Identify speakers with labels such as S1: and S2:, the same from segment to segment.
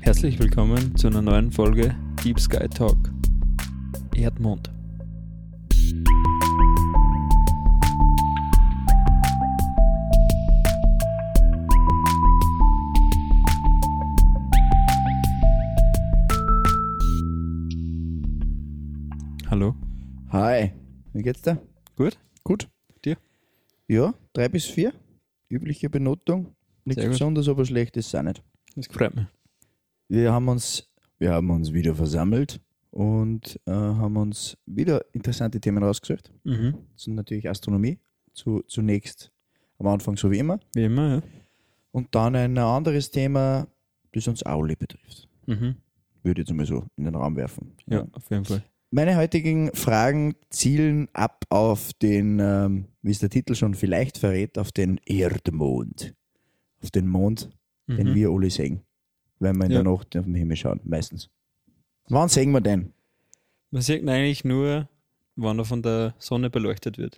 S1: Herzlich willkommen zu einer neuen Folge Deep Sky Talk. Erdmond. Hallo.
S2: Hi, wie geht's dir?
S1: Gut.
S2: Gut.
S1: Dir?
S2: Ja, drei bis vier. Übliche Benotung. Nichts
S1: Sehr gut.
S2: Besonderes, aber schlecht ist es auch nicht.
S1: Das freut mich.
S2: Wir haben uns, wir haben uns wieder versammelt und äh, haben uns wieder interessante Themen rausgesucht.
S1: Mhm.
S2: Das sind natürlich Astronomie zu, zunächst am Anfang, so wie immer.
S1: Wie immer, ja.
S2: Und dann ein anderes Thema, das uns Auli betrifft.
S1: Mhm.
S2: Würde ich jetzt mal so in den Raum werfen.
S1: Ja, auf jeden Fall.
S2: Meine heutigen Fragen zielen ab auf den, ähm, wie es der Titel schon vielleicht verrät, auf den Erdmond. Auf den Mond, den
S1: Mhm.
S2: wir alle sehen, wenn wir in
S1: Ja.
S2: der Nacht auf den Himmel schauen, meistens. Wann sehen wir den?
S1: Man sieht ihn eigentlich nur, wann er von der Sonne beleuchtet wird.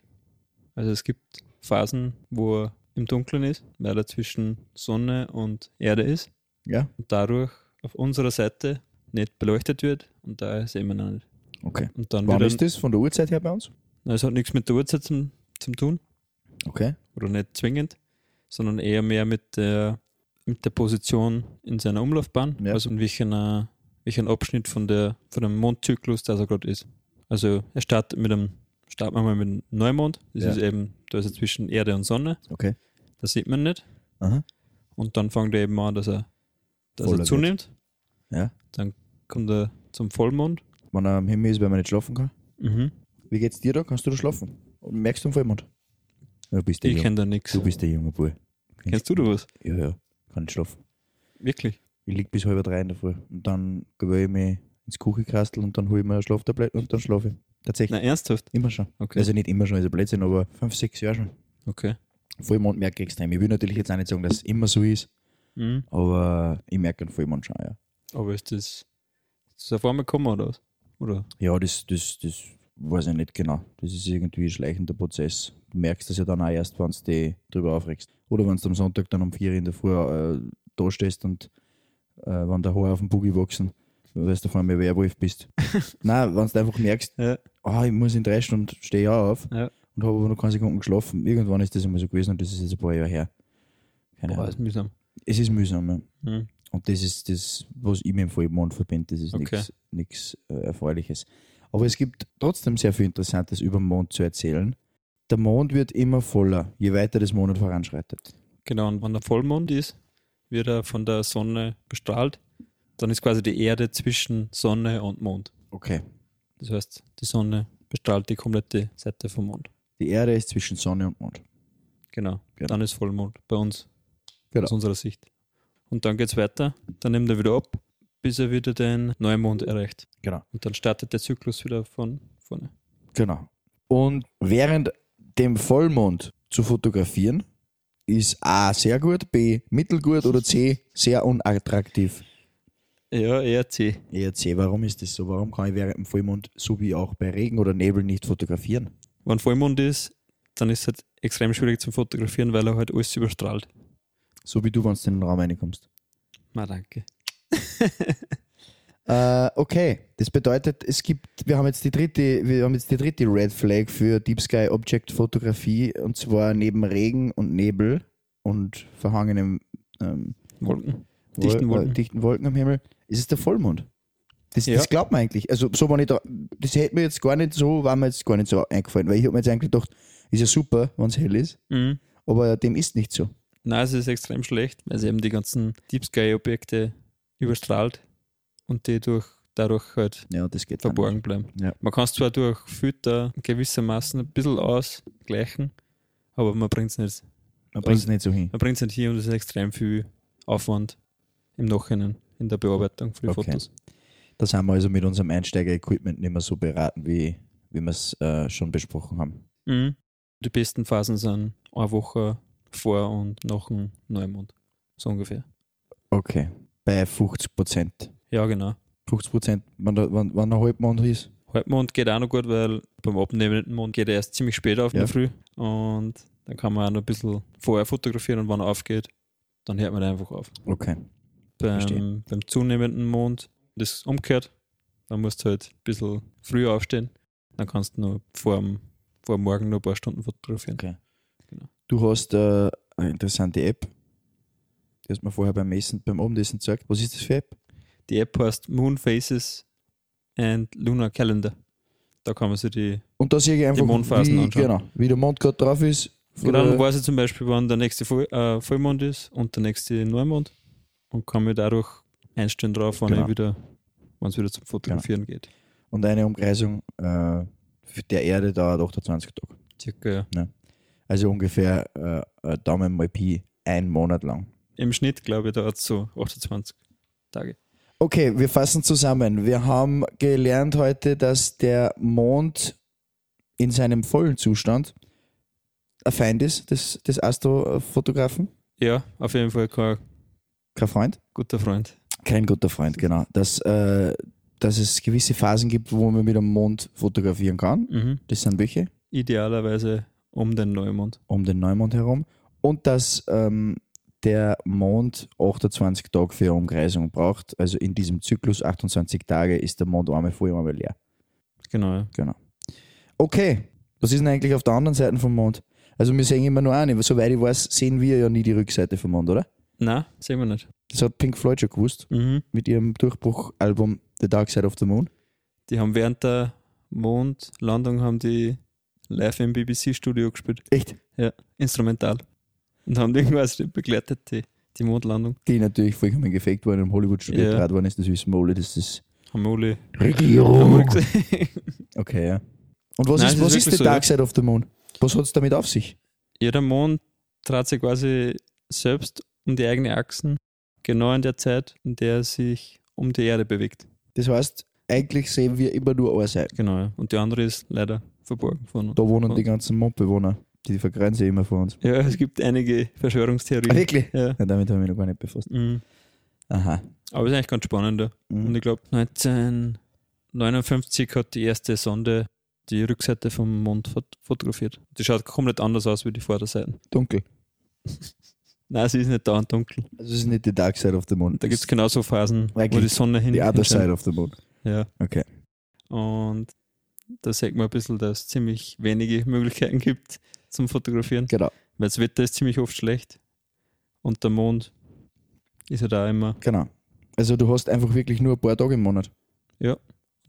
S1: Also es gibt Phasen, wo er im Dunkeln ist, weil er zwischen Sonne und Erde ist
S2: Ja,
S1: und dadurch auf unserer Seite nicht beleuchtet wird und daher sehen wir ihn nicht.
S2: okay.
S1: Und dann
S2: Wann
S1: wird
S2: ist das von der Uhrzeit her bei uns?
S1: er, es hat nichts mit der Uhrzeit zum, zum tun
S2: Okay.
S1: oder nicht zwingend, sondern eher mehr mit der, mit der Position in seiner Umlaufbahn,
S2: Ja.
S1: also in welchen, äh, welchen Abschnitt von, der, von dem Mondzyklus, das er gerade ist. Also er startet mit einem, starten wir mal mit dem Neumond, das
S2: Ja.
S1: ist eben, da ist er zwischen Erde und Sonne,
S2: Okay.
S1: das sieht man nicht.
S2: Aha.
S1: Und dann fängt er eben an, dass er, dass
S2: Voller
S1: er
S2: wird.
S1: zunimmt.
S2: Ja.
S1: Dann kommt er zum Vollmond.
S2: Wenn er am Himmel ist, wenn man nicht schlafen kann.
S1: Mhm.
S2: Wie geht's dir da? Kannst du da schlafen? Und merkst du den Vollmond? Ja, bist der
S1: Ich
S2: Junge.
S1: kenne da nichts.
S2: Du bist der junge Bull.
S1: Kennst du da was?
S2: Ja, ja. Kann nicht schlafen.
S1: Wirklich?
S2: Ich lieg bis halb drei in der Früh. Und dann gewöhne ich mich ins Kuchenkastel und dann hole ich mir eine Schlaftablette und dann schlafe ich. Tatsächlich.
S1: Na ernsthaft?
S2: Immer schon.
S1: Okay.
S2: Also nicht immer schon, also Blödsinn, aber fünf, sechs Jahre schon.
S1: okay.
S2: Vollmond merke ich extrem. Ich will natürlich jetzt auch nicht sagen, dass es immer so ist,
S1: Mhm.
S2: aber ich merke den Vollmond schon, ja.
S1: Aber ist das, ist das auf einmal gekommen oder was? Oder?
S2: Ja, das, das, das weiß ich nicht genau. Das ist irgendwie ein schleichender Prozess. Du merkst das ja dann auch erst, wenn du dich drüber aufregst. Oder wenn du am Sonntag dann um vier in der Früh äh, da stehst und äh, wenn der Haar auf dem Boogie wachsen, weißt du vor allem, wer Wolf bist. Nein, wenn du einfach merkst,
S1: Ja.
S2: ah, ich muss in drei Stunden stehe ich auch auf
S1: Ja.
S2: und habe aber noch keine Sekunden geschlafen. Irgendwann ist das einmal so gewesen und das ist jetzt ein paar Jahre her. Keine
S1: Boah, also ist
S2: Ahnung.
S1: mühsam.
S2: Es ist mühsam, ja.
S1: Mhm.
S2: Und das ist das, was ich mit dem Vollmond verbinde, das ist
S1: Okay.
S2: nichts äh, Erfreuliches. Aber es gibt trotzdem sehr viel Interessantes über den Mond zu erzählen. Der Mond wird immer voller, je weiter das Monat voranschreitet.
S1: Genau, und wenn der Vollmond ist, wird er von der Sonne bestrahlt. Dann ist quasi die Erde zwischen Sonne und Mond.
S2: Okay.
S1: Das heißt, die Sonne bestrahlt die komplette Seite vom Mond.
S2: Die Erde ist zwischen Sonne und Mond.
S1: Genau.
S2: Genau.
S1: Dann ist Vollmond bei uns,
S2: Genau.
S1: aus unserer Sicht. Und dann geht es weiter, dann nimmt er wieder ab, bis er wieder den Neumond erreicht.
S2: Genau.
S1: Und dann startet der Zyklus wieder von vorne.
S2: Genau. Und während dem Vollmond zu fotografieren, ist A sehr gut, B mittelgut oder C sehr unattraktiv.
S1: Ja, eher C.
S2: Eher C, warum ist das so? Warum kann ich während dem Vollmond so wie auch bei Regen oder Nebel nicht fotografieren?
S1: wenn Vollmond ist, dann ist es halt extrem schwierig zum Fotografieren, weil er halt alles überstrahlt.
S2: So wie du, wenn du in den Raum reinkommst.
S1: Na danke.
S2: Äh, okay, das bedeutet, es gibt, wir haben jetzt die dritte, wir haben jetzt die dritte Red Flag für Deep Sky Object Fotografie und zwar neben Regen und Nebel und verhangenem ähm,
S1: Wolken. Dichten
S2: Wol-
S1: Wolken.
S2: äh, dichten Wolken am Himmel, ist es der Vollmond. Das,
S1: Ja.
S2: das glaubt man eigentlich. Also so war ich da, das hätte mir jetzt gar nicht so, war mir jetzt gar nicht so eingefallen, weil ich habe mir jetzt eigentlich gedacht, ist ja super, wenn es hell ist,
S1: Mhm.
S2: aber dem ist nicht so.
S1: Nein, es ist extrem schlecht, weil es eben die ganzen Deep Sky-Objekte überstrahlt und die durch, dadurch halt
S2: Ja, das geht dann
S1: verborgen bleiben.
S2: Ja.
S1: Man kann es zwar durch Filter gewissermaßen ein bisschen ausgleichen, aber man bringt es nicht.
S2: nicht. Man bringt es nicht so hin.
S1: Man bringt es nicht hier und es ist extrem viel Aufwand im Nachhinein in der Bearbeitung für die
S2: Okay.
S1: Fotos.
S2: Da sind wir also mit unserem Einsteiger-Equipment nicht mehr so beraten, wie, wie wir es äh, schon besprochen haben.
S1: Mhm. Die besten Phasen sind eine Woche vor und nach dem Neumond. So ungefähr.
S2: Okay. Bei 50 Prozent.
S1: Ja, genau.
S2: 50 Prozent, wenn, der- wenn, wenn ein Halbmond ist.
S1: Halbmond geht auch noch gut, weil beim abnehmenden Mond geht er erst ziemlich spät auf in
S2: Ja.
S1: der Früh. Und dann kann man auch noch ein bisschen vorher fotografieren und wann er aufgeht, dann hört man einfach auf.
S2: Okay.
S1: beim,
S2: Verstehe.
S1: beim zunehmenden Mond das umgekehrt. Dann musst du halt ein bisschen früher aufstehen. Dann kannst du noch vor dem, vor dem Morgen noch ein paar Stunden fotografieren.
S2: Okay. Du hast äh, eine interessante App, die hast mir vorher beim Essen, beim Abendessen gezeigt. Was ist das für eine App?
S1: Die App heißt Moon Phases and Lunar Calendar. Da kann man sich die.
S2: Und da sehe ich einfach,
S1: Mondphasen
S2: wie,
S1: anschauen.
S2: genau, wie der Mond gerade drauf ist.
S1: Und dann
S2: Oder-
S1: weiß ich zum Beispiel, wann der nächste Voll, äh, Vollmond ist und der nächste Neumond und kann mir dadurch einstellen drauf, wann
S2: Genau.
S1: ich wieder, wann es wieder zum Fotografieren geht.
S2: und eine Umkreisung äh, für der Erde dauert 28 Tage.
S1: Circa ja.
S2: Also ungefähr äh, äh, Daumen mal Pi, ein Monat lang.
S1: im Schnitt, glaube ich, dauert es so 28 Tage.
S2: Okay, wir fassen zusammen. Wir haben gelernt heute, dass der Mond in seinem vollen Zustand ein Feind ist des, des Astrofotografen.
S1: Ja, auf jeden Fall kein
S2: Kein Freund?
S1: guter Freund.
S2: Kein guter Freund, genau. Dass, äh, dass es gewisse Phasen gibt, wo man mit dem Mond fotografieren kann.
S1: Mhm.
S2: Das sind welche?
S1: Idealerweise um den Neumond.
S2: um den Neumond herum und dass ähm, der Mond 28 Tage für eine Umkreisung braucht. Also in diesem Zyklus 28 Tage ist der Mond einmal voll, einmal leer.
S1: Genau, ja.
S2: Okay, was ist denn eigentlich auf der anderen Seite vom Mond? Also wir sehen immer nur eine, soweit ich weiß, sehen wir ja nie die Rückseite vom Mond, oder?
S1: Nein, sehen wir nicht.
S2: Das hat Pink Floyd schon gewusst
S1: Mhm.
S2: mit ihrem Durchbruchalbum The Dark Side of the Moon.
S1: Die haben während der Mondlandung haben die live im BBC-Studio gespielt.
S2: Echt?
S1: Instrumental. Und haben irgendwas begleitet, die, die Mondlandung.
S2: Die natürlich vollkommen gefaked worden im Hollywood-Studio
S1: Ja.
S2: gedreht worden ist, das wissen wir alle, das ist
S1: Haben alle. Haben alle
S2: Regierung.
S1: gesehen.
S2: Okay, ja. Und was
S1: Nein,
S2: ist,
S1: es ist
S2: was ist
S1: wirklich
S2: The
S1: so,
S2: Dark Side of the Moon? Was hat es damit auf sich?
S1: Ja, der Mond dreht sich quasi selbst um die eigene Achsen, genau in der Zeit, in der er sich um die Erde bewegt.
S2: Das heißt, eigentlich sehen wir immer nur eine Seite.
S1: Genau, ja. Und die andere ist leider verborgen von uns.
S2: Da wohnen die ganzen Mondbewohner. Die vergreifen sich immer vor uns.
S1: Ja, es gibt einige Verschwörungstheorien.
S2: Ah, Wirklich?
S1: Ja.
S2: Ja, damit habe ich mich noch gar nicht befasst.
S1: Mhm.
S2: Aha.
S1: Aber es ist eigentlich ganz spannend. Ja. Und
S2: Mhm.
S1: ich glaube, 1959 hat die erste Sonde die Rückseite vom Mond fot fotografiert. Die schaut komplett anders aus wie die Vorderseiten.
S2: Dunkel.
S1: Nein, sie ist nicht dauernd dunkel.
S2: Also es ist nicht die Dark Side of the Moon.
S1: Da gibt es genauso Phasen, wo
S2: Eigentlich
S1: die Sonne hin
S2: die Other
S1: hinscheint.
S2: Side of the Moon.
S1: Ja.
S2: Okay.
S1: Und da sieht man ein bisschen, dass es ziemlich wenige Möglichkeiten gibt zum Fotografieren,
S2: Genau.
S1: weil das Wetter ist ziemlich oft schlecht und der Mond ist ja da immer.
S2: Genau. Also du hast einfach wirklich nur ein paar Tage im Monat.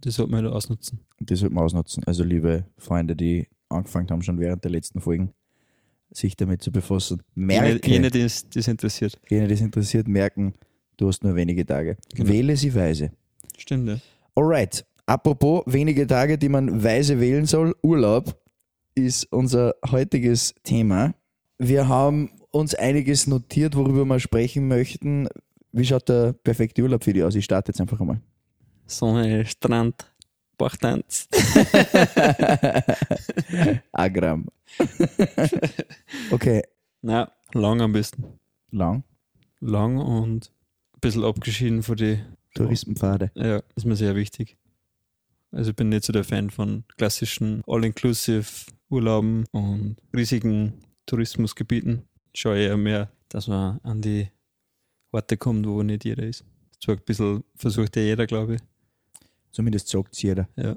S1: Das sollte man ja ausnutzen.
S2: Und das wird man ausnutzen. Also liebe Freunde, die angefangen haben schon während der letzten Folgen, sich damit zu befassen.
S1: Jene,
S2: Merken.
S1: jene die es die es interessiert.
S2: jene das interessiert, merken, du hast nur wenige Tage.
S1: Genau.
S2: Wähle sie weise.
S1: Stimmt, ja.
S2: Alright. Apropos wenige Tage, die man weise wählen soll, Urlaub ist unser heutiges Thema. Wir haben uns einiges notiert, worüber wir sprechen möchten. Wie schaut der perfekte Urlaub für dich aus? Ich starte jetzt einfach einmal.
S1: Sonne, Strand, Bachtanz.
S2: Agram. okay,
S1: Na, lang am besten.
S2: lang.
S1: Lang und ein bisschen abgeschieden von die,
S2: Touristenpfade.
S1: ja, ist mir sehr wichtig. Also ich bin nicht so der Fan von klassischen All-Inclusive Urlauben und riesigen Tourismusgebieten. Ich schaue eher mehr, dass man an die Orte kommt, wo nicht jeder ist. Zwar ein bisschen versucht ja jeder, glaube ich.
S2: Zumindest sagt es jeder.
S1: Ja.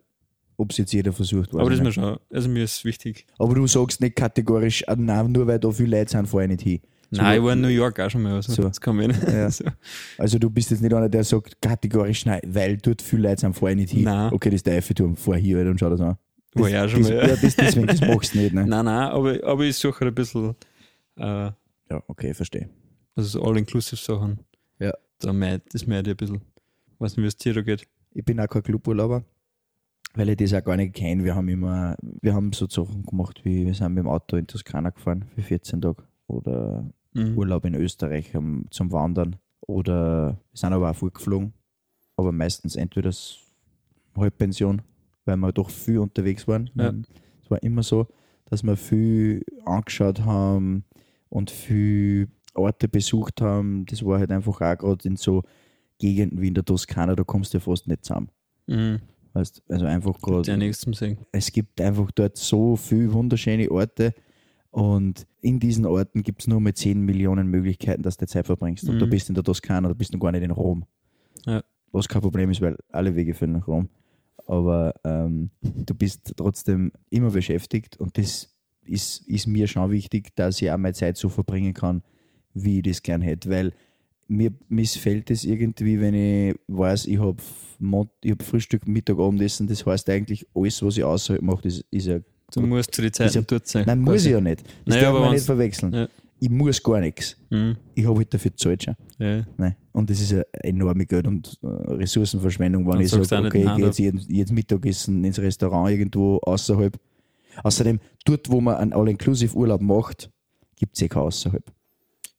S2: Ob es jetzt jeder versucht, weiß
S1: Aber das
S2: ich
S1: ist mir
S2: nicht.
S1: schon, also mir ist wichtig.
S2: Aber du sagst nicht kategorisch, ah, nein, nur weil da viele Leute sind, fahr ich nicht hin. So-
S1: Nein, ich war in New York auch schon mal. Also
S2: So.
S1: Das kann man nicht.
S2: Ja.
S1: So.
S2: Also du bist jetzt nicht einer, der sagt kategorisch nein, weil dort viele Leute sind, fahr ich nicht hin.
S1: Nein.
S2: Okay, das ist der Eiffelturm, fahr hier Alter, und schau das an.
S1: War ich auch schon
S2: das,
S1: mal.
S2: ja, das, deswegen, das machst du nicht. Ne?
S1: Nein, nein, aber, aber ich suche ein bisschen äh,
S2: Ja, okay, verstehe.
S1: also so All-Inclusive-Sachen.
S2: Ja.
S1: Da meid, das meide ich ein bisschen. Weiß nicht, wie es dir da geht.
S2: Ich bin auch kein Cluburlauber, weil ich das auch gar nicht kenne. Wir haben immer, wir haben so Sachen gemacht, wie wir sind mit dem Auto in Toskana gefahren für 14 Tage oder
S1: Mhm.
S2: Urlaub in Österreich ähm, zum Wandern oder wir sind aber auch viel geflogen, aber meistens entweder s- Halbpension, weil wir doch viel unterwegs waren.
S1: Ja.
S2: Es war immer so, dass wir viel angeschaut haben und viel Orte besucht haben. Das war halt einfach auch gerade in so Gegenden wie in der Toskana, da kommst du ja fast nicht zusammen.
S1: Mhm.
S2: Weißt? Also einfach
S1: Gibt ja
S2: gerade,
S1: nichts zum Singen.
S2: es gibt einfach dort so viele wunderschöne Orte Und in diesen Orten gibt es nur mal 10 Millionen Möglichkeiten, dass du Zeit verbringst. Und du
S1: Mhm.
S2: bist in der Toskana, du bist noch gar nicht in Rom.
S1: Ja.
S2: Was kein Problem ist, weil alle Wege führen nach Rom. Aber ähm, du bist trotzdem immer beschäftigt und das ist, ist mir schon wichtig, dass ich auch meine Zeit so verbringen kann, wie ich das gern hätte. Weil mir missfällt es irgendwie, wenn ich weiß, ich habe hab Frühstück, Mittag, Abendessen. Das heißt eigentlich, alles, was ich außerhalb mache, das ist ja.
S1: Du musst zu den Zeiten
S2: ja-
S1: dort sein.
S2: Nein, muss ich ja nicht. Das
S1: Naja,
S2: darf
S1: aber
S2: man nicht
S1: wenn's-
S2: verwechseln.
S1: Ja.
S2: Ich muss gar nichts.
S1: Mhm.
S2: Ich habe halt dafür gezahlt schon.
S1: Ja.
S2: Nein. Und das ist eine enorme Geld- und äh, Ressourcenverschwendung, wenn
S1: Und
S2: ich
S1: sagst
S2: sage,
S1: auch nicht,
S2: okay, ich
S1: nein,
S2: gehe
S1: da-
S2: jetzt jeden, jeden Mittagessen ins Restaurant irgendwo außerhalb. Außerdem, dort, wo man einen All-Inclusive-Urlaub macht, gibt es eh kein außerhalb.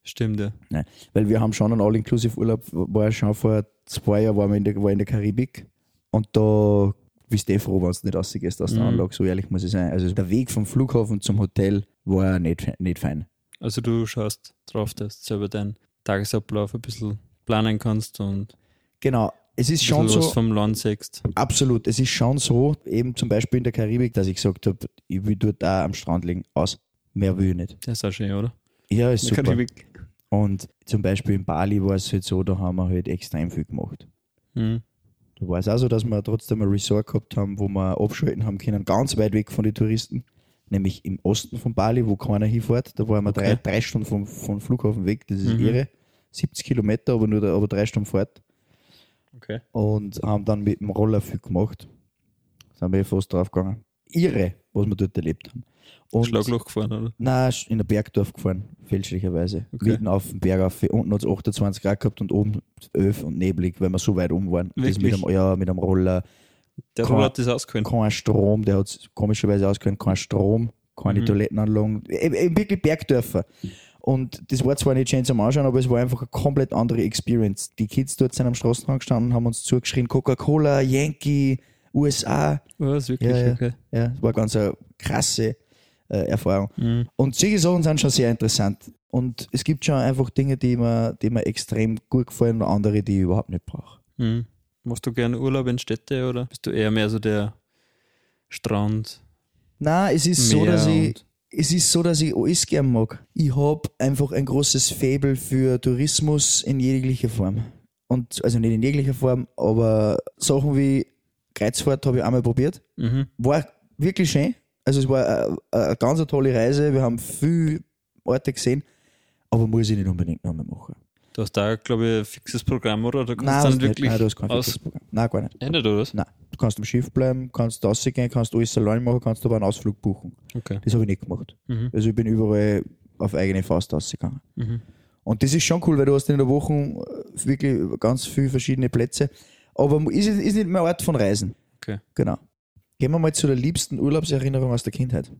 S1: Stimmt, ja.
S2: Nein. Weil wir haben schon einen All-Inclusive-Urlaub, war ich schon vor zwei Jahren, waren wir in der, war in der Karibik und da bist du eh froh, wenn du nicht rausgehst aus der
S1: Mhm.
S2: Anlage, so ehrlich muss ich sein. Also der Weg vom Flughafen zum Hotel war nicht, fe- nicht fein.
S1: Also du schaust drauf, dass du selber deinen Tagesablauf ein bisschen planen kannst und
S2: Genau, es ist
S1: ein bisschen
S2: schon
S1: was
S2: so,
S1: vom Land siehst.
S2: absolut, es ist schon so, eben zum Beispiel in der Karibik, dass ich gesagt habe, ich will dort auch am Strand liegen, aus, mehr will ich nicht.
S1: Das ist auch schön, oder?
S2: Ja, ist
S1: Da
S2: super.
S1: Kann ich weg.
S2: Und zum Beispiel in Bali war es halt so, da haben wir halt extrem viel gemacht.
S1: Mhm.
S2: Da war es auch so, dass wir trotzdem ein Resort gehabt haben, wo wir abschalten haben können, ganz weit weg von den Touristen, nämlich im Osten von Bali, wo keiner hinfährt. Da waren wir drei,
S1: Okay.
S2: drei Stunden vom, vom Flughafen weg, das ist
S1: Mhm.
S2: irre. 70 Kilometer, aber nur aber drei Stunden Fahrt.
S1: Okay.
S2: Und haben dann mit dem Roller viel gemacht. Sind wir eh fast draufgegangen. Irre, was wir dort erlebt haben. Und
S1: Schlagloch gefahren, oder?
S2: Nein, in ein Bergdorf gefahren, fälschlicherweise.
S1: Okay.
S2: Mitten auf dem Berg auf. Unten hat es 28 Grad gehabt und oben 11 und neblig, weil wir so weit oben waren. Das mit
S1: Wirklich?
S2: einem, ja, mit einem Roller.
S1: Der
S2: Kann-
S1: Roller hat das ausgehört.
S2: Kein Strom, der hat komischerweise ausgehört, kein Strom, keine
S1: Mhm.
S2: Toilettenanlagen. Eben, eben wirklich Bergdörfer. Und das war zwar nicht schön zum Anschauen, aber es war einfach eine komplett andere Experience. Die Kids dort sind am Straßenrand gestanden, haben uns zugeschrien: Coca-Cola, Yankee, USA.
S1: Was, wirklich?
S2: Ja, ja.
S1: Okay.
S2: Ja, das war ganz eine krasse äh, Erfahrung.
S1: Mhm.
S2: Und solche Sachen sind schon sehr interessant. Und es gibt schon einfach Dinge, die mir, die mir extrem gut gefallen und andere, die ich überhaupt nicht brauche.
S1: Mhm. Machst du gerne Urlaub in Städte oder bist du eher mehr so der Strand?
S2: Nein, es ist so,
S1: Meer
S2: dass ich,
S1: und-
S2: es ist so, dass ich alles gern mag. Ich habe einfach ein großes Faible für Tourismus in jeglicher Form. Und, also nicht in jeglicher Form, aber Sachen wie Kreuzfahrt habe ich einmal probiert.
S1: Mhm.
S2: war wirklich schön. Also es war eine, eine ganz eine tolle Reise. Wir haben viel Orte gesehen, aber muss ich nicht unbedingt nochmal machen.
S1: Du hast da, glaube ich, ein fixes Programm, oder? Da kannst
S2: Nein,
S1: du
S2: hast
S1: dann
S2: nicht.
S1: wirklich
S2: Nein, du hast kein
S1: aus-
S2: fixes Programm. Nein, gar nicht.
S1: Ändert, oder was?
S2: Nein. Du kannst am Schiff bleiben, kannst rausgehen, kannst alles allein machen, kannst aber einen Ausflug buchen.
S1: Okay.
S2: Das habe ich nicht gemacht.
S1: Mhm.
S2: Also ich bin überall auf eigene Faust rausgegangen.
S1: Mhm.
S2: Und das ist schon cool, weil du hast in der Woche äh, wirklich ganz viele verschiedene Plätze. Aber ist, ist nicht mehr Ort von Reisen.
S1: Okay.
S2: Genau. Gehen wir mal zu der liebsten Urlaubserinnerung aus der Kindheit.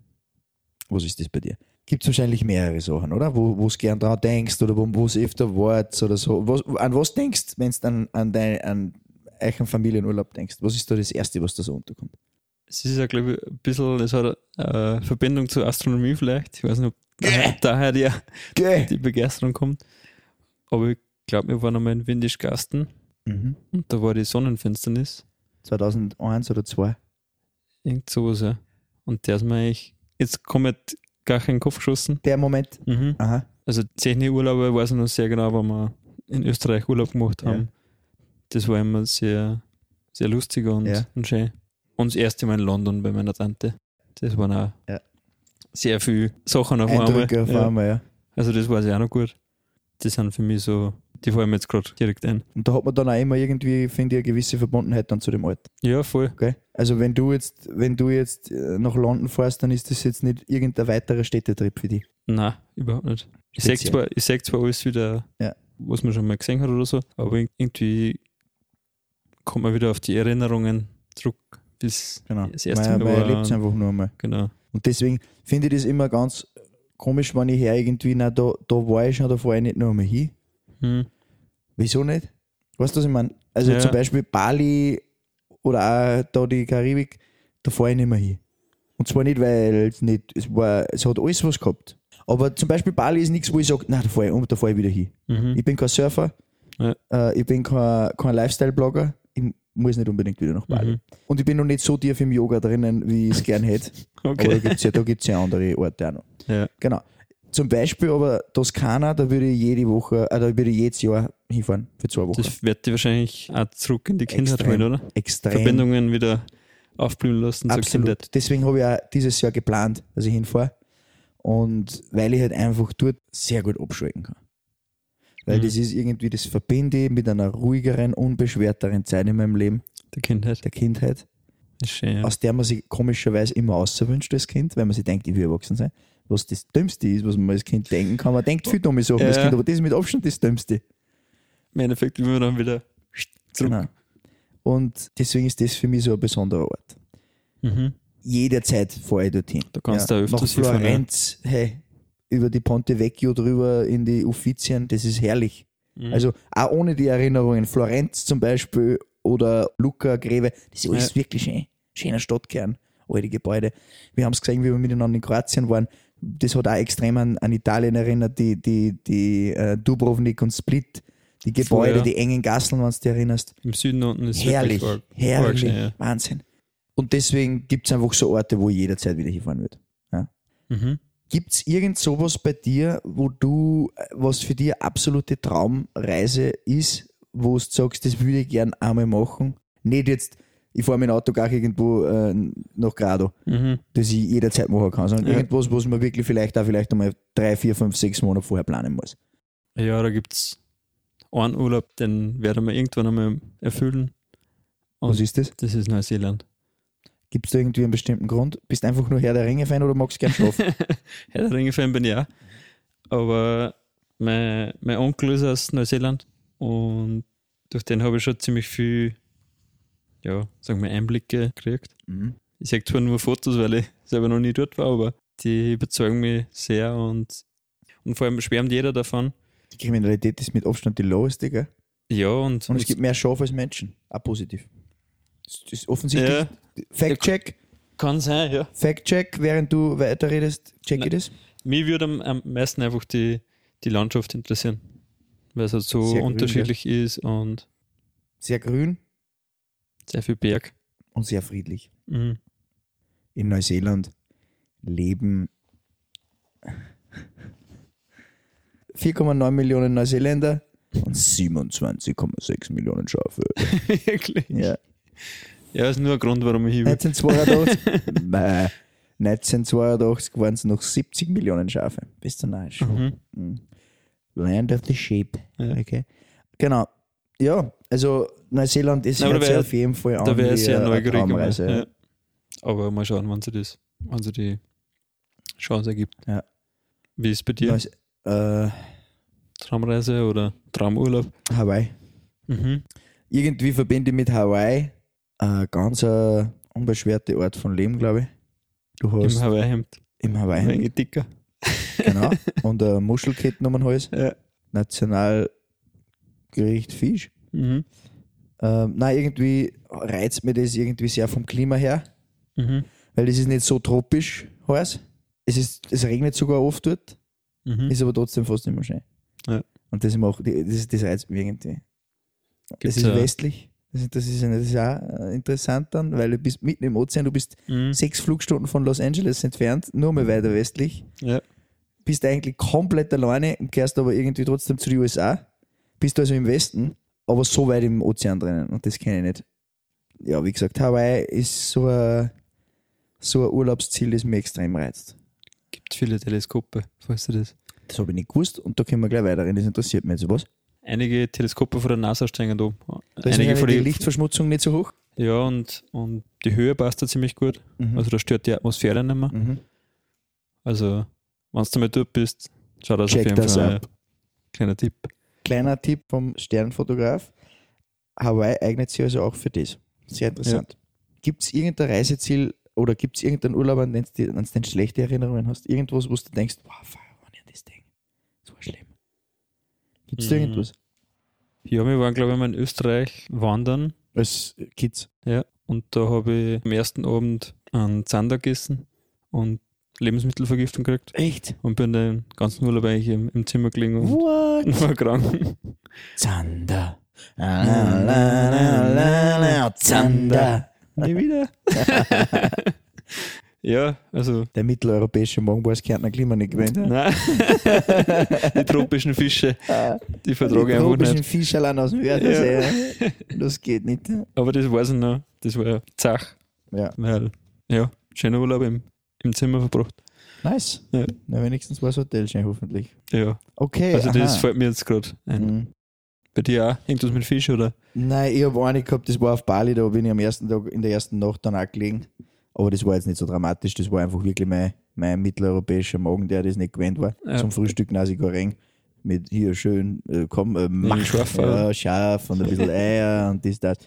S2: Was ist das bei dir? Gibt es wahrscheinlich mehrere Sachen, oder? Wo du gern dran denkst oder wo es öfter wart oder so. Was, an was denkst wenn du an, an, dein, an euren Familienurlaub denkst? Was ist da das Erste, was da so unterkommt?
S1: Es ist ja, glaube ich, ein bisschen, es hat eine äh, Verbindung zur Astronomie vielleicht. Ich weiß nicht, ob daher, daher die,
S2: Gell?
S1: die Begeisterung kommt. Aber ich glaube, wir waren einmal in Windischgasten
S2: Mhm.
S1: und da war die Sonnenfinsternis.
S2: 2001 oder 2?
S1: Irgend sowas, ja. Und der ist mir eigentlich, jetzt kommt gar kein Kopf geschossen.
S2: Der Moment.
S1: Mhm.
S2: Aha.
S1: Also Technik-Urlaube weiß ich noch sehr genau, wenn wir in Österreich Urlaub gemacht haben. Das war immer sehr, sehr lustig und,
S2: Ja.
S1: und schön. Und das erste Mal in London bei meiner Tante. Das waren auch
S2: Ja.
S1: sehr viele Sachen auf
S2: Eindrücke auf
S1: einmal. Ja.
S2: einmal, ja.
S1: Also das weiß ich auch noch gut. Die sind für mich so, die fallen mir jetzt gerade direkt ein.
S2: Und da hat man dann auch immer irgendwie, finde ich, eine gewisse Verbundenheit dann zu dem Ort.
S1: Ja, voll.
S2: Okay? Also wenn du jetzt, wenn du jetzt äh, nach London fährst, dann ist das jetzt nicht irgendein weiterer Städtetrip für dich.
S1: Nein, überhaupt nicht. Ich
S2: Speziell.
S1: sehe zwar, ich sag zwar alles wieder,
S2: Ja.
S1: was man schon mal gesehen hat oder so, aber irg- irgendwie kommt man wieder auf die Erinnerungen zurück, bis
S2: Genau.
S1: Das erste
S2: man
S1: Mal
S2: man
S1: war-
S2: erlebt es einfach nur einmal.
S1: genau.
S2: Und deswegen finde ich das immer ganz komisch, wenn ich her irgendwie, na da, da war ich schon, da fahre ich nicht noch einmal hin.
S1: Hm.
S2: Wieso nicht? Weißt du, was ich meine? Also
S1: Ja.
S2: zum Beispiel Bali oder auch da die Karibik, da fahre ich nicht mehr hin. Und zwar nicht, weil es nicht, es war, es hat alles was gehabt. Aber zum Beispiel Bali ist nichts, wo ich sage, na da fahre ich um, da fahre ich wieder hin.
S1: Mhm.
S2: Ich bin kein Surfer,
S1: Ja.
S2: äh, ich bin kein, kein Lifestyle-Blogger, ich muss nicht unbedingt wieder nach Bali.
S1: Mhm.
S2: Und ich bin noch nicht so tief im Yoga drinnen, wie ich es gern hätte. Aber da
S1: Okay.
S2: gibt es ja, da gibt's ja andere Orte auch noch.
S1: Ja.
S2: Genau. Zum Beispiel aber Toskana, da würde ich jede Woche, äh, da würde ich jedes Jahr hinfahren für zwei Wochen.
S1: Das wird die wahrscheinlich auch zurück in die Kindheit
S2: Extrem.
S1: holen, oder?
S2: Extrem.
S1: Verbindungen wieder aufblühen lassen zur Kindheit.
S2: Absolut. Deswegen habe ich auch dieses Jahr geplant, dass ich hinfahre. Und weil ich halt einfach dort sehr gut abschalten kann. Weil
S1: Mhm.
S2: das ist irgendwie, das verbinde ich mit einer ruhigeren, unbeschwerteren Zeit in meinem Leben,
S1: Der Kindheit.
S2: der Kindheit,
S1: Das ist schön, ja.
S2: aus der man sich komischerweise immer außerwünscht als Kind, weil man sich denkt, ich will erwachsen sein. Was das Dümmste ist, was man als Kind denken kann. Man denkt viel dumme Sachen als
S1: Ja.
S2: Kind, aber das ist mit Abstand das Dümmste.
S1: Im Endeffekt will man dann wieder zurück.
S2: Genau. Und deswegen ist das für mich so ein besonderer Ort.
S1: Mhm.
S2: jederzeit fahre ich dorthin.
S1: Du kannst da öfters
S2: Nach
S1: hinfahren,
S2: Florenz, hey, über die Ponte Vecchio drüber in die Uffizien, das ist herrlich.
S1: Mhm.
S2: Also auch ohne die Erinnerungen. Florenz zum Beispiel oder Lucca, Greve, das ist alles
S1: Ja.
S2: wirklich schön. Schöner Stadtkern, alte Gebäude. Wir haben es gesehen, wie wir miteinander in Kroatien waren. Das hat auch extrem an, an Italien erinnert, die, die, die äh, Dubrovnik und Split, die Gebäude,
S1: ja.
S2: die engen Gassen, wenn du dich erinnerst.
S1: Im Süden unten ist
S2: Herrlich,
S1: wirklich arg- arg
S2: herrlich,
S1: schön, ja.
S2: Wahnsinn. Und deswegen gibt es einfach so Orte, wo ich jederzeit wieder hinfahren würde.
S1: Mhm.
S2: Gibt es irgend sowas bei dir, wo du, äh, was für dich eine absolute Traumreise ist, wo du sagst, das würde ich gern einmal machen? Nicht jetzt, ich fahre mit dem Auto gar irgendwo äh, nach Grado,
S1: Mhm.
S2: das ich jederzeit machen kann, sondern
S1: Ja.
S2: irgendwas, was man wirklich vielleicht auch vielleicht einmal drei, vier, fünf, sechs Monate vorher planen muss.
S1: Ja, da gibt es einen Urlaub, den werden wir irgendwann einmal erfüllen.
S2: Was
S1: Und-
S2: ist das?
S1: Das ist Neuseeland.
S2: Gibt es da irgendwie einen bestimmten Grund? Bist einfach nur Herr der Ringe-Fan oder magst gern schlafen?
S1: Herr der Ringe-Fan bin ich auch. Aber mein, mein øh, Onkel ist aus Neuseeland und durch den habe ich schon ziemlich viel ja, sagen wir Einblicke gekriegt.
S2: mhm.
S1: Ich sehe zwar nur Fotos, weil ich selber noch nie dort war, aber die überzeugen mich sehr und, und vor allem schwärmt jeder davon.
S2: Die Kriminalität ist mit Abstand die loweste, gell?
S1: Ja, und,
S2: Und es gibt mehr Schafe als Menschen. Auch positiv. Das ist offensichtlich.
S1: ja,
S2: Fact-check,
S1: kann sein, ja.
S2: Fact-check, während du weiterredest, check ich
S1: Nein.
S2: das.
S1: Mir würde am, am meisten einfach die, die Landschaft interessieren, weil es halt so
S2: Sehr grün, gell?
S1: unterschiedlich ist und
S2: Sehr grün
S1: sehr viel Berg.
S2: und sehr friedlich.
S1: Mhm.
S2: In Neuseeland leben 4,9 Millionen Neuseeländer und 27,6 Millionen Schafe.
S1: Wirklich?
S2: Ja.
S1: Ja, ist nur ein Grund, warum ich hier bin.
S2: 1982, Nein. 1982 waren es noch 70 Millionen Schafe. Bist du neidisch?
S1: Mhm.
S2: Mhm. Land of the Sheep.
S1: Ja.
S2: Okay. Genau. Ja, also Neuseeland ist
S1: Na, aber da
S2: jetzt
S1: wär-
S2: auf jeden Fall äh, an
S1: Da wäre ich
S2: wie
S1: sehr
S2: eine
S1: neugierig. Aber,
S2: Traumreise.
S1: ja. aber mal schauen, wann sie das, wann sie die Chance ergibt.
S2: Ja.
S1: Wie ist es bei dir?
S2: Neuse- äh,
S1: Traumreise oder Traumurlaub?
S2: Hawaii.
S1: Mhm.
S2: Irgendwie verbinde ich mit Hawaii eine ganz äh, unbeschwerte Art von Leben, glaube ich. Du hast
S1: Im Hawaii-Hemd.
S2: im
S1: Ein
S2: Hawaii,
S1: wenig dicker.
S2: genau, und eine Muschelkette um den Hals.
S1: Ja.
S2: Nationalgericht Fisch.
S1: Mhm.
S2: Ähm, nein, irgendwie reizt mir das irgendwie sehr vom Klima her,
S1: Mhm.
S2: weil das ist nicht so tropisch heiß. Es, ist, es regnet sogar oft dort,
S1: Mhm.
S2: ist aber trotzdem fast immer schön.
S1: Ja.
S2: Und das, macht, das, das reizt mich irgendwie.
S1: Gibt's
S2: das ist
S1: ja-
S2: westlich. Das ist, das, ist, das ist auch äh, interessant dann, weil du bist mitten im Ozean, du bist
S1: Mhm.
S2: sechs Flugstunden von Los Angeles entfernt, nur mal weiter westlich.
S1: Ja.
S2: Bist eigentlich komplett alleine und kehrst aber irgendwie trotzdem zu den USA. Bist also im Westen, aber so weit im Ozean drinnen und das kenne ich nicht. Ja, wie gesagt, Hawaii ist so ein, so ein Urlaubsziel, das mich extrem reizt.
S1: Gibt viele Teleskope, weißt du das?
S2: Das habe ich nicht gewusst und da können wir gleich weiterreden, das interessiert mich jetzt was.
S1: Einige Teleskope von der NASA stehen da oben.
S2: Da ist
S1: Einige
S2: wahrscheinlich
S1: von
S2: die
S1: den-
S2: Lichtverschmutzung nicht so hoch.
S1: Ja, und, und die Höhe passt da ziemlich gut.
S2: Mhm.
S1: Also da stört die Atmosphäre nicht mehr.
S2: mhm.
S1: Also, wenn du mal dort bist, schau das
S2: Check
S1: auf jeden
S2: das
S1: Fall.
S2: ab.
S1: ja. Kleiner Tipp.
S2: Kleiner Tipp vom Sternfotograf. Hawaii eignet sich also auch für das. Sehr interessant. Gibt es irgendein Reiseziel oder gibt es irgendeinen Urlaub, an den du an den schlechte Erinnerungen hast? Irgendwas, wo du denkst, boah, feier war nicht das Ding. Das war schlimm. Gibt es da
S1: Mhm.
S2: irgendwas?
S1: Ja, wir waren, glaube ich, mal in Österreich wandern.
S2: Als Kids.
S1: Ja. Und da habe ich am ersten Abend einen Zander gegessen und Lebensmittelvergiftung gekriegt
S2: Echt?
S1: und bin den ganzen Urlaub eigentlich im, im Zimmer gelegen und
S2: What?
S1: war krank.
S2: Zander. La, la, la, la, la, Zander.
S1: Nie wieder. Ja, also
S2: Der mitteleuropäische Morgen war das Kärntner Klima nicht ne? gewöhnt.
S1: Nein. die tropischen Fische, die vertrage ich einfach nicht.
S2: ein Fisch allein aus dem Wörthersee. Das geht nicht.
S1: Aber das weiß ich noch. Das war ja zach,
S2: Ja.
S1: weil, ja, schöner Urlaub im, im Zimmer verbracht.
S2: Nice.
S1: Ja.
S2: Na, wenigstens war das Hotel schön, hoffentlich.
S1: Ja,
S2: Okay.
S1: also das
S2: aha.
S1: fällt mir jetzt gerade ein.
S2: Mhm.
S1: Bei dir auch? Irgendwas mit Fisch oder?
S2: Nein, ich habe eine gehabt, das war auf Bali, da bin ich am ersten Tag, in der ersten Nacht dann auch gelegen. Aber das war jetzt nicht so dramatisch, das war einfach wirklich mein, mein mitteleuropäischer Magen, der das nicht gewöhnt war.
S1: Ja.
S2: Zum Frühstück Nasi Goreng mit hier schön, äh, komm, äh, mach,
S1: scharf,
S2: ja, scharf und ein bisschen Eier und das, das,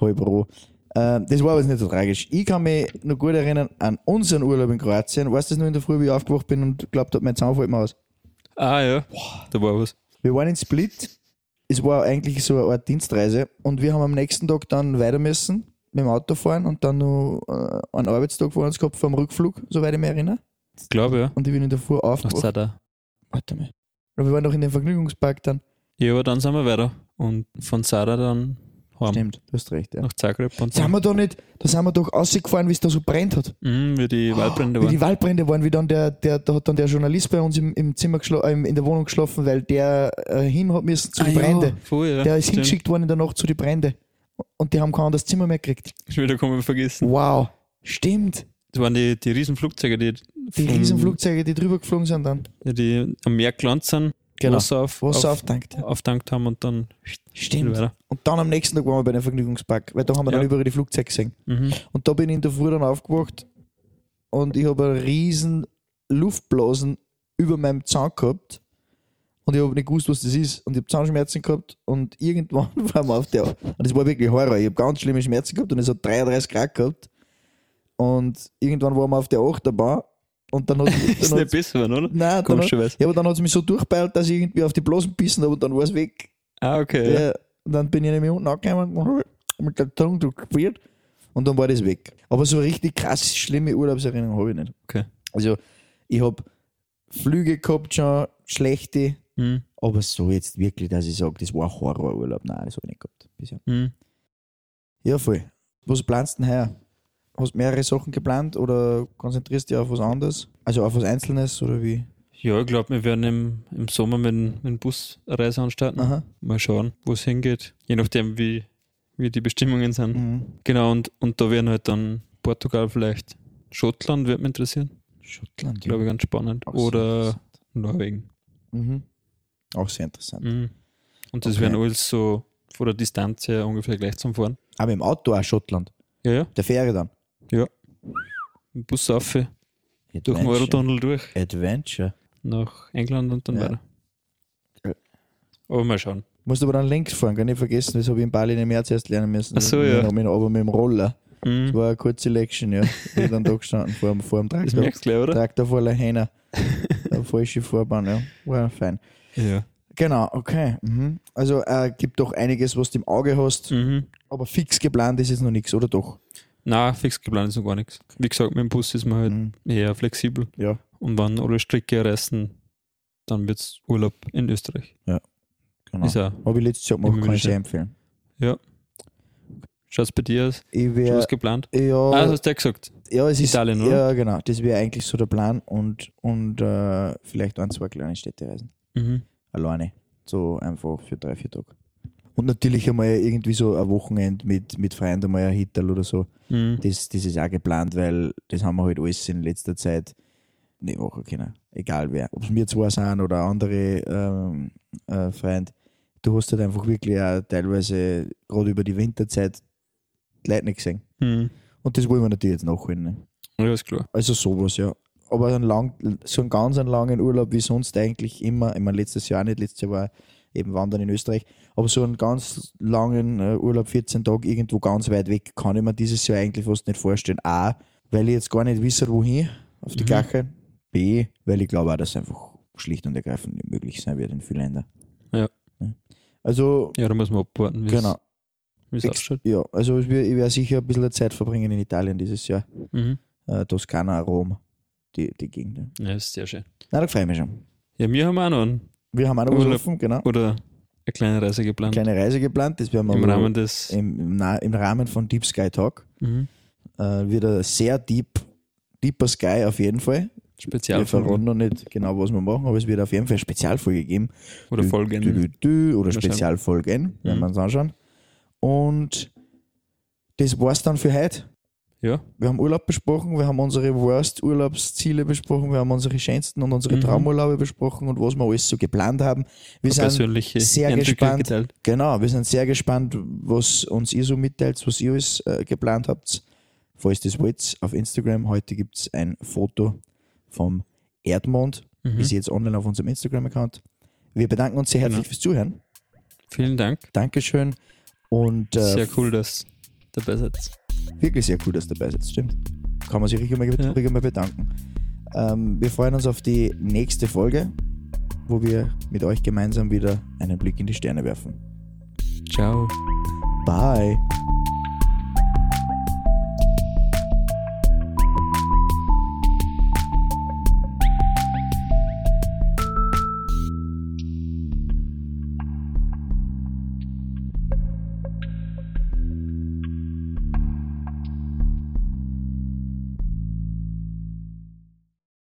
S2: halb roh. Ähm, das war aber jetzt nicht so tragisch. Ich kann mich noch gut erinnern an unseren Urlaub in Kroatien. Weißt du das nur in der Früh, wie ich aufgewacht bin und glaubt habe, mein Zaun fällt mir aus?
S1: Ah ja, da war was.
S2: Wir waren in Split. Es war eigentlich so eine Art Dienstreise. Und wir haben am nächsten Tag dann weiter müssen mit dem Auto fahren und dann noch äh, einen Arbeitstag vor uns gehabt vom Rückflug, soweit ich mich erinnere.
S1: Ich glaube ja.
S2: Und ich bin in der Fuhr
S1: Nach
S2: aufgewacht.
S1: Zadar.
S2: Warte mal. Und wir waren noch in dem Vergnügungspark dann.
S1: Ja, aber dann sind wir weiter. Und von Zadar dann heim.
S2: Stimmt, du hast recht, ja.
S1: Nach Zagreb und
S2: Sind
S1: dann.
S2: wir da nicht, da sind wir doch rausgefahren, wie es da so brennt hat.
S1: Mhm, wie die Waldbrände
S2: Ah, Wie die
S1: waren.
S2: Waldbrände waren, wie dann der, der, da hat dann der Journalist bei uns im, im Zimmer geschla- äh, im- in der Wohnung geschlafen, weil der äh, hin hat müssen zu den Brände.
S1: Ah Ja, voll, ja.
S2: Der ist
S1: Stimmt.
S2: hingeschickt worden in der Nacht zu den Brände. Und die haben kein anderes Zimmer mehr gekriegt.
S1: Schon wieder kommen wir vergessen.
S2: Wow, stimmt.
S1: Das waren die, die Riesenflugzeuge, die,
S2: Die
S1: vom-
S2: Riesenflugzeuge, die drüber geflogen sind dann.
S1: die, die am Meer gelandet sind,
S2: Genau.
S1: Wasser, auf,
S2: Wasser
S1: auf,
S2: auftankt.
S1: auftankt haben und dann
S2: Stimmt.
S1: weiter.
S2: Und dann am nächsten Tag waren wir bei einem Vergnügungspark, weil da haben
S1: Genau.
S2: wir
S1: Ja.
S2: dann überall die Flugzeuge gesehen.
S1: Mhm.
S2: Und da bin ich in der Früh dann aufgewacht und ich habe einen riesen Luftblasen über meinem Zahn gehabt. Und ich habe nicht gewusst, was das ist. Und ich habe Zahnschmerzen gehabt und irgendwann war mir auf der. Und das war wirklich Horror. Ich habe ganz schlimme Schmerzen gehabt und es hat 33 Grad gehabt. Und irgendwann waren wir auf der Achterbahn und dann hat.
S1: Ist
S2: dann
S1: nicht
S2: hat
S1: besser geworden, oder?
S2: nein, dann hat,
S1: Komischerweise.
S2: ja, aber dann hat es mich so durchbeilt, dass ich irgendwie auf die Blasen bissen habe und dann war es weg.
S1: Ah, okay.
S2: Ja. Und dann bin ich nämlich unten angekommen und hab mit der Zunge drüber gespielt und dann war das weg. Aber so richtig krass schlimme Urlaubserinnerung habe ich nicht.
S1: Okay.
S2: Also ich habe Flüge gehabt schon, schlechte,
S1: Mhm.
S2: aber so jetzt wirklich, dass ich sage, das war ein Horrorurlaub. Nein, das habe ich nicht gehabt. Bisher.
S1: Mhm.
S2: Ja, voll. Was planst du denn heuer? Hast du mehrere Sachen geplant oder konzentrierst du dich auf was anderes? Also auf was Einzelnes oder wie?
S1: Ja, ich glaube, wir werden im, im Sommer mit, dem- mit dem Bus eine Reise anstarten.
S2: Aha.
S1: Mal schauen, wo es hingeht. Je nachdem, wie, wie die Bestimmungen sind.
S2: Mhm.
S1: Genau, und, und da wären halt dann Portugal vielleicht. Schottland würde mich interessieren.
S2: Schottland,
S1: Glaube ich, ganz spannend.
S2: Auch sehr
S1: Oder
S2: interessant.
S1: Norwegen.
S2: Mhm. Auch sehr interessant.
S1: Mhm. Und das
S2: Okay.
S1: wären alles so von der Distanz her ungefähr gleich zum Fahren.
S2: Aber im Auto auch Schottland.
S1: Ja, ja.
S2: Der Fähre dann.
S1: Mit Bus rauf, durch den
S2: Adventure.
S1: Eurotunnel durch,
S2: Adventure.
S1: nach England und dann
S2: Ja.
S1: weiter.
S2: Ja.
S1: Aber mal schauen.
S2: Musst aber dann links fahren, kann nicht vergessen, das habe ich in Bali im März erst lernen müssen.
S1: Ach so, ja.
S2: Mit- mit- Aber mit dem Roller. Das
S1: Mhm.
S2: war eine kurze Election, ja. Ich bin dann da gestanden vor dem, vor dem
S1: Das
S2: Traktor.
S1: merkst du gleich, oder?
S2: Traktor voller Hähner. Eine falsche Fahrbahn, ja. War fein.
S1: Ja.
S2: Genau, okay. Mhm. Also äh, gibt doch einiges, was du im Auge hast,
S1: Mhm.
S2: aber fix geplant ist jetzt noch nichts, oder doch?
S1: Nein, fix geplant ist noch gar nichts. Wie gesagt, mit dem Bus ist man halt
S2: Mhm.
S1: eher flexibel.
S2: Ja.
S1: Und wenn alle Stricke reißen, dann wird es Urlaub in Österreich.
S2: Genau.
S1: Ist auch.
S2: Habe ich letztes Jahr gemacht,
S1: Immer wieder
S2: kann ich
S1: schön.
S2: sehr empfehlen.
S1: Schaut es bei dir aus?
S2: Ich
S1: Schon
S2: wäre.
S1: was geplant?
S2: Ja,
S1: Ah, das hast du ja gesagt.
S2: ja, es ist
S1: Italien, oder?
S2: Ja, genau. Das wäre eigentlich so der Plan und, und äh, vielleicht ein, zwei kleine Städtereisen.
S1: Mhm.
S2: Alleine. So einfach für drei, vier Tage. Und natürlich einmal irgendwie so ein Wochenende mit, mit Freunden, einmal ein Hittel oder so.
S1: Mhm.
S2: Das, das ist auch geplant, weil das haben wir halt alles in letzter Zeit nicht machen können. Egal wer. Ob es wir zwei sind oder andere ähm, äh, Freund. Du hast halt einfach wirklich auch teilweise gerade über die Winterzeit die Leute nicht gesehen.
S1: Mhm.
S2: Und das wollen wir natürlich jetzt nachholen. Ne?
S1: Ja, ist klar.
S2: Also sowas, ja. Aber einen lang, so einen ganz einen langen Urlaub wie sonst eigentlich immer, ich meine, letztes Jahr nicht, letztes Jahr war eben Wandern in Österreich, aber so einen ganz langen äh, Urlaub, 14 Tage irgendwo ganz weit weg, kann ich mir dieses Jahr eigentlich fast nicht vorstellen. A, weil ich jetzt gar nicht wisse, wohin, auf die
S1: Mhm.
S2: Gache. B, weil ich glaube auch, dass es einfach schlicht und ergreifend nicht möglich sein wird in vielen Ländern.
S1: Ja.
S2: Also,
S1: Ja, da muss man abwarten, wie
S2: genau.
S1: es ausschaut.
S2: Ja, also ich werde sicher ein bisschen Zeit verbringen in Italien dieses Jahr.
S1: Mhm.
S2: Äh, Toskana, Rom, die, die Gegend. Nein,
S1: Ja, ist sehr schön.
S2: da freue ich mich schon.
S1: Ja, wir haben auch noch einen,
S2: Wir haben auch noch was
S1: Urlaub.
S2: offen, genau.
S1: oder eine kleine Reise
S2: Eine
S1: geplant.
S2: kleine Reise geplant, das werden wir
S1: Im
S2: wohl
S1: Rahmen des.
S2: im, im, Na- im Rahmen von Deep Sky Talk.
S1: Mhm.
S2: Äh, wird ein sehr deep, Deeper Sky auf jeden Fall. Wir verraten
S1: Spezialfolgen
S2: noch nicht genau, was wir machen, aber es wird auf jeden Fall eine Spezialfolge geben.
S1: oder
S2: Dü- Dü,
S1: Folgen.
S2: dü, dü, oder
S1: Mal schauen.
S2: Spezialfolgen, wenn
S1: Mhm.
S2: wir uns anschauen. Und das war's dann für heute.
S1: Ja,
S2: Wir haben Urlaub besprochen, wir haben unsere Worst-Urlaubsziele besprochen, wir haben unsere schönsten und unsere
S1: Mhm.
S2: Traumurlaube besprochen und was wir alles so geplant haben. Wir sind,
S1: persönliche
S2: sehr
S1: Eindrücke
S2: gespannt.
S1: geteilt.
S2: genau, wir sind sehr gespannt, was uns ihr so mitteilt, was ihr alles äh, geplant habt. Falls das wollt, auf Instagram. Heute gibt es ein Foto vom Erdmond. Ist
S1: Mhm.
S2: jetzt online auf unserem Instagram-Account. Wir bedanken uns sehr herzlich
S1: Genau.
S2: fürs Zuhören.
S1: Vielen Dank.
S2: Dankeschön. Und äh,
S1: Sehr cool, dass du dabei seid.
S2: wirklich sehr cool, dass du dabei seid. Stimmt. Kann man sich richtig mal,
S1: Ja.
S2: richtig mal bedanken. Ähm, wir freuen uns auf die nächste Folge, wo wir mit euch gemeinsam wieder einen Blick in die Sterne werfen.
S1: Ciao.
S2: Bye.